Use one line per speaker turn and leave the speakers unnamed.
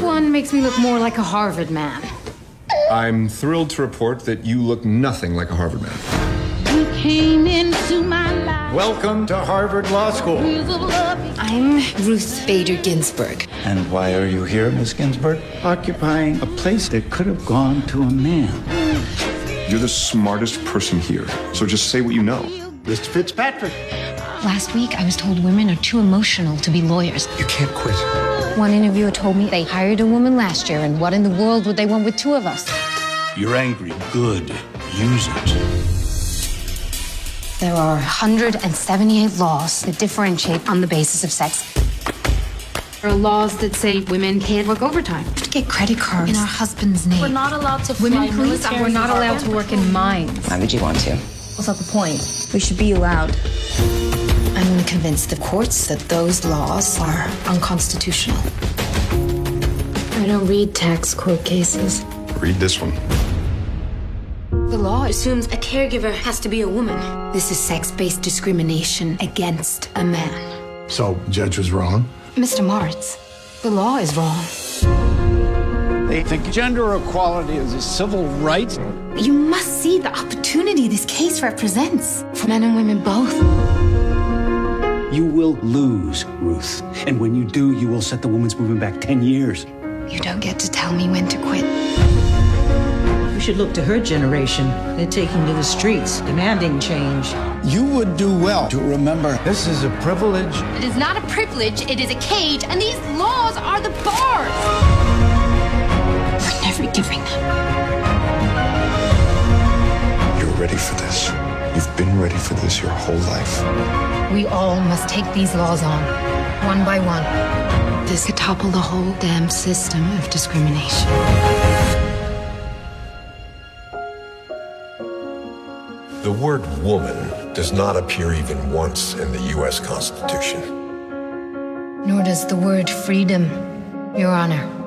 one makes me look more like a Harvard man?
I'm thrilled to report that you look nothing like a Harvard man.
You came into my life
Welcome to Harvard Law School.
with a love.
I'm Ruth Bader Ginsburg.
And why are you here, Miss Ginsburg? Occupying a place that could have gone to a man.
You're the smartest person here, so just say what you know.
Mr. Fitzpatrick.
Last week, I was told women are too emotional to be lawyers.
You can't quit.
One interviewer told me they hired a woman last year, and what in the world would they want with two of us?
You're angry. Good. Use it.
There are 178 laws that differentiate on the basis of sex. There are laws that say women can't work overtime.
To get credit cards in our husband's name.
Not allowed to
Women,
fly
please,
military
we're not
department.
allowed to work in mines.
Why would you want to?
What's not the point? We should be allowed.
I'm going to convince the courts that those laws are unconstitutional. I don't read tax court cases.
Read this one.
The law assumes a caregiver has to be a woman. This is sex based discrimination against a man.
So, judge was wrong.
Mr. Moritz, the law is wrong.
They think gender equality is a civil right.
You must see the opportunity this case represents for men and women both.
You will lose, Ruth. And when you do, you will set the women's movement back 10 years.
You don't get to tell me when to quit.
We should look to her generation. They're taking to the streets, demanding change.
You would do well to remember this is a privilege.
It is not a privilege, it is a cage, and these laws are the bars.
We're never giving up.
You're ready for this. You've been ready for this your whole life.
We all must take these laws on, one by one. This could topple the whole damn system of discrimination.
The word woman does not appear even once in the U.S. Constitution.
Nor does the word freedom, Your Honor.